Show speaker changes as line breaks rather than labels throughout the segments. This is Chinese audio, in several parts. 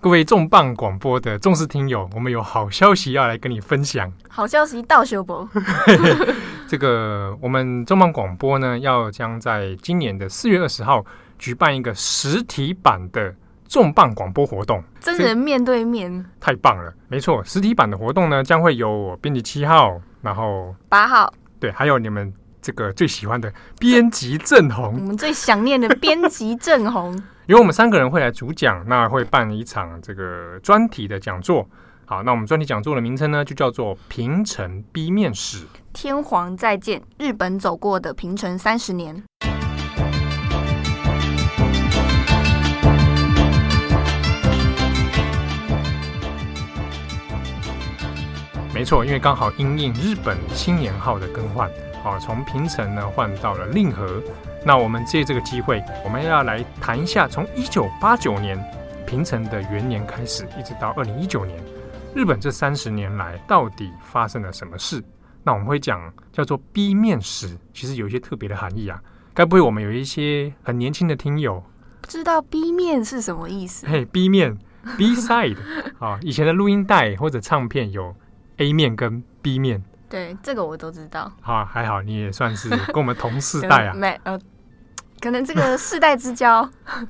各位重磅广播的重视听友，我们有好消息要来跟你分享。
好消息到 修博，
这个我们重磅广播呢，要将在今年的四月二十号举办一个实体版的重磅广播活动，
真人面对面，
太棒了！没错，实体版的活动呢，将会有我编辑七号，然后
八号，
对，还有你们这个最喜欢的编辑郑
我
红，
们最想念的编辑郑红，
由我们三个人会来主讲，那会办一场这个专题的讲座。好，那我们专题讲座的名称呢，就叫做《平成 B 面史》。
天皇再见，日本走过的平成三十年。
没错，因为刚好因应日本新年号的更换，啊，从平成呢换到了令和。那我们借这个机会，我们要来谈一下从一九八九年平成的元年开始，一直到二零一九年，日本这三十年来到底发生了什么事？那我们会讲叫做 B 面史，其实有一些特别的含义啊。该不会我们有一些很年轻的听友，
不知道 B 面是什么意 思？
嘿，B 面 B side 啊，以前的录音带或者唱片有 A 面跟 B 面。
对，这个我都知道。
好、还好你也算是跟我们同世代 啊
可能。没呃，可能这个世代 之交，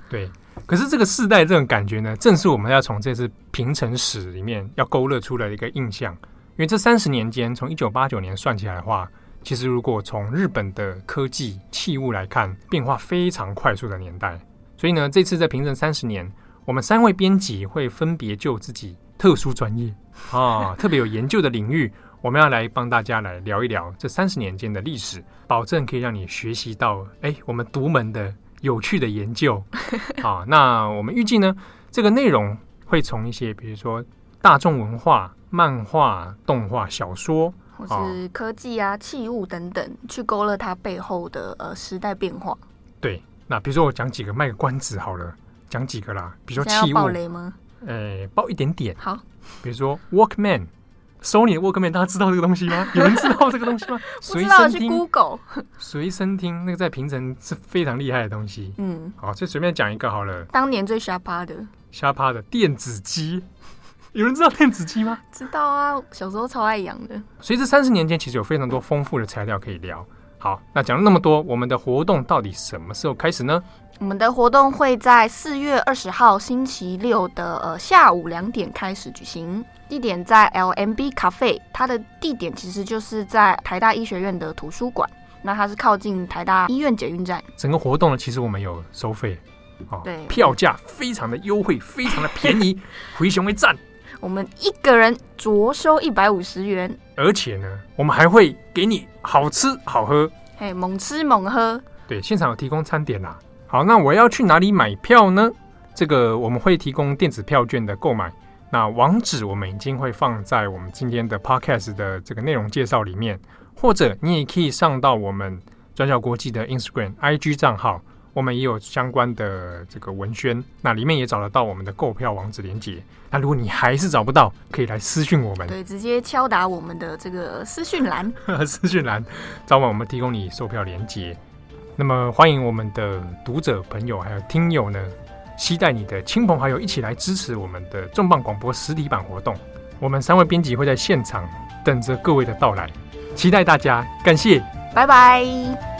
对，可是这个世代这种感觉呢，正是我们要从这次平成史里面要勾勒出来的一个印象。因为这三十年间，从一九八九年算起来的话，其实如果从日本的科技器物来看，变化非常快速的年代。所以呢，这次在平成三十年，我们三位编辑会分别就自己特殊专业啊、特别有研究的领域，我们要来帮大家来聊一聊这三十年间的历史，保证可以让你学习到哎我们独门的有趣的研究啊。那我们预计呢，这个内容会从一些比如说大众文化、漫画、动画、小说。
或
哦
是科技啊、器物等等，去勾勒它背后的呃时代变化。
对，那比如说我讲几个卖个关子好了，讲几个啦，比如
现
说
在
器
要
物
爆，雷吗？
呃，爆一点点，
好，
比如说 Walkman。Sony 的 Walkman，大家知道这个东西吗？有人知道这个东西 吗？
不
随
知道
身
去
听，
Google。
随身听，那个在平成是非常厉害的东西。
嗯，
好，就随便讲一个好了，
当年最傻趴的，
瞎趴的电子机， 有人知道电子机吗？
知道啊，小时候超爱养的。
所以这三十年间，其实有非常多丰富的材料可以聊。好，那讲了那么多，我们的活动到底什么时候开始呢？
我们的活动会在四月二十号星期六的呃下午两点开始举行，地点在 LMB Cafe，它的地点其实就是在台大医学院的图书馆，那它是靠近台大医院捷运站。
整个活动呢，其实我们有收费，哦，
对
票价非常的优惠，非常的便宜，回熊会赞。
我们一个人着收一百五十元，
而且呢，我们还会给你好吃好喝，
嘿，猛吃猛喝。
对，现场有提供餐点啦。好，那我要去哪里买票呢？这个我们会提供电子票券的购买，那网址我们已经会放在我们今天的 podcast 的这个内容介绍里面，或者你也可以上到我们转角国际的 Instagram IG 账号，我们也有相关的这个文宣，那里面也找得到我们的购票网址连接。那如果你还是找不到，可以来私讯我们。
对，直接敲打我们的这个私讯栏。
资讯栏，早晚我们提供你售票连接。那么欢迎我们的读者朋友还有听友呢，期待你的亲朋好友一起来支持我们的重磅广播实体版活动。我们三位编辑会在现场等着各位的到来，期待大家，感谢。
拜拜。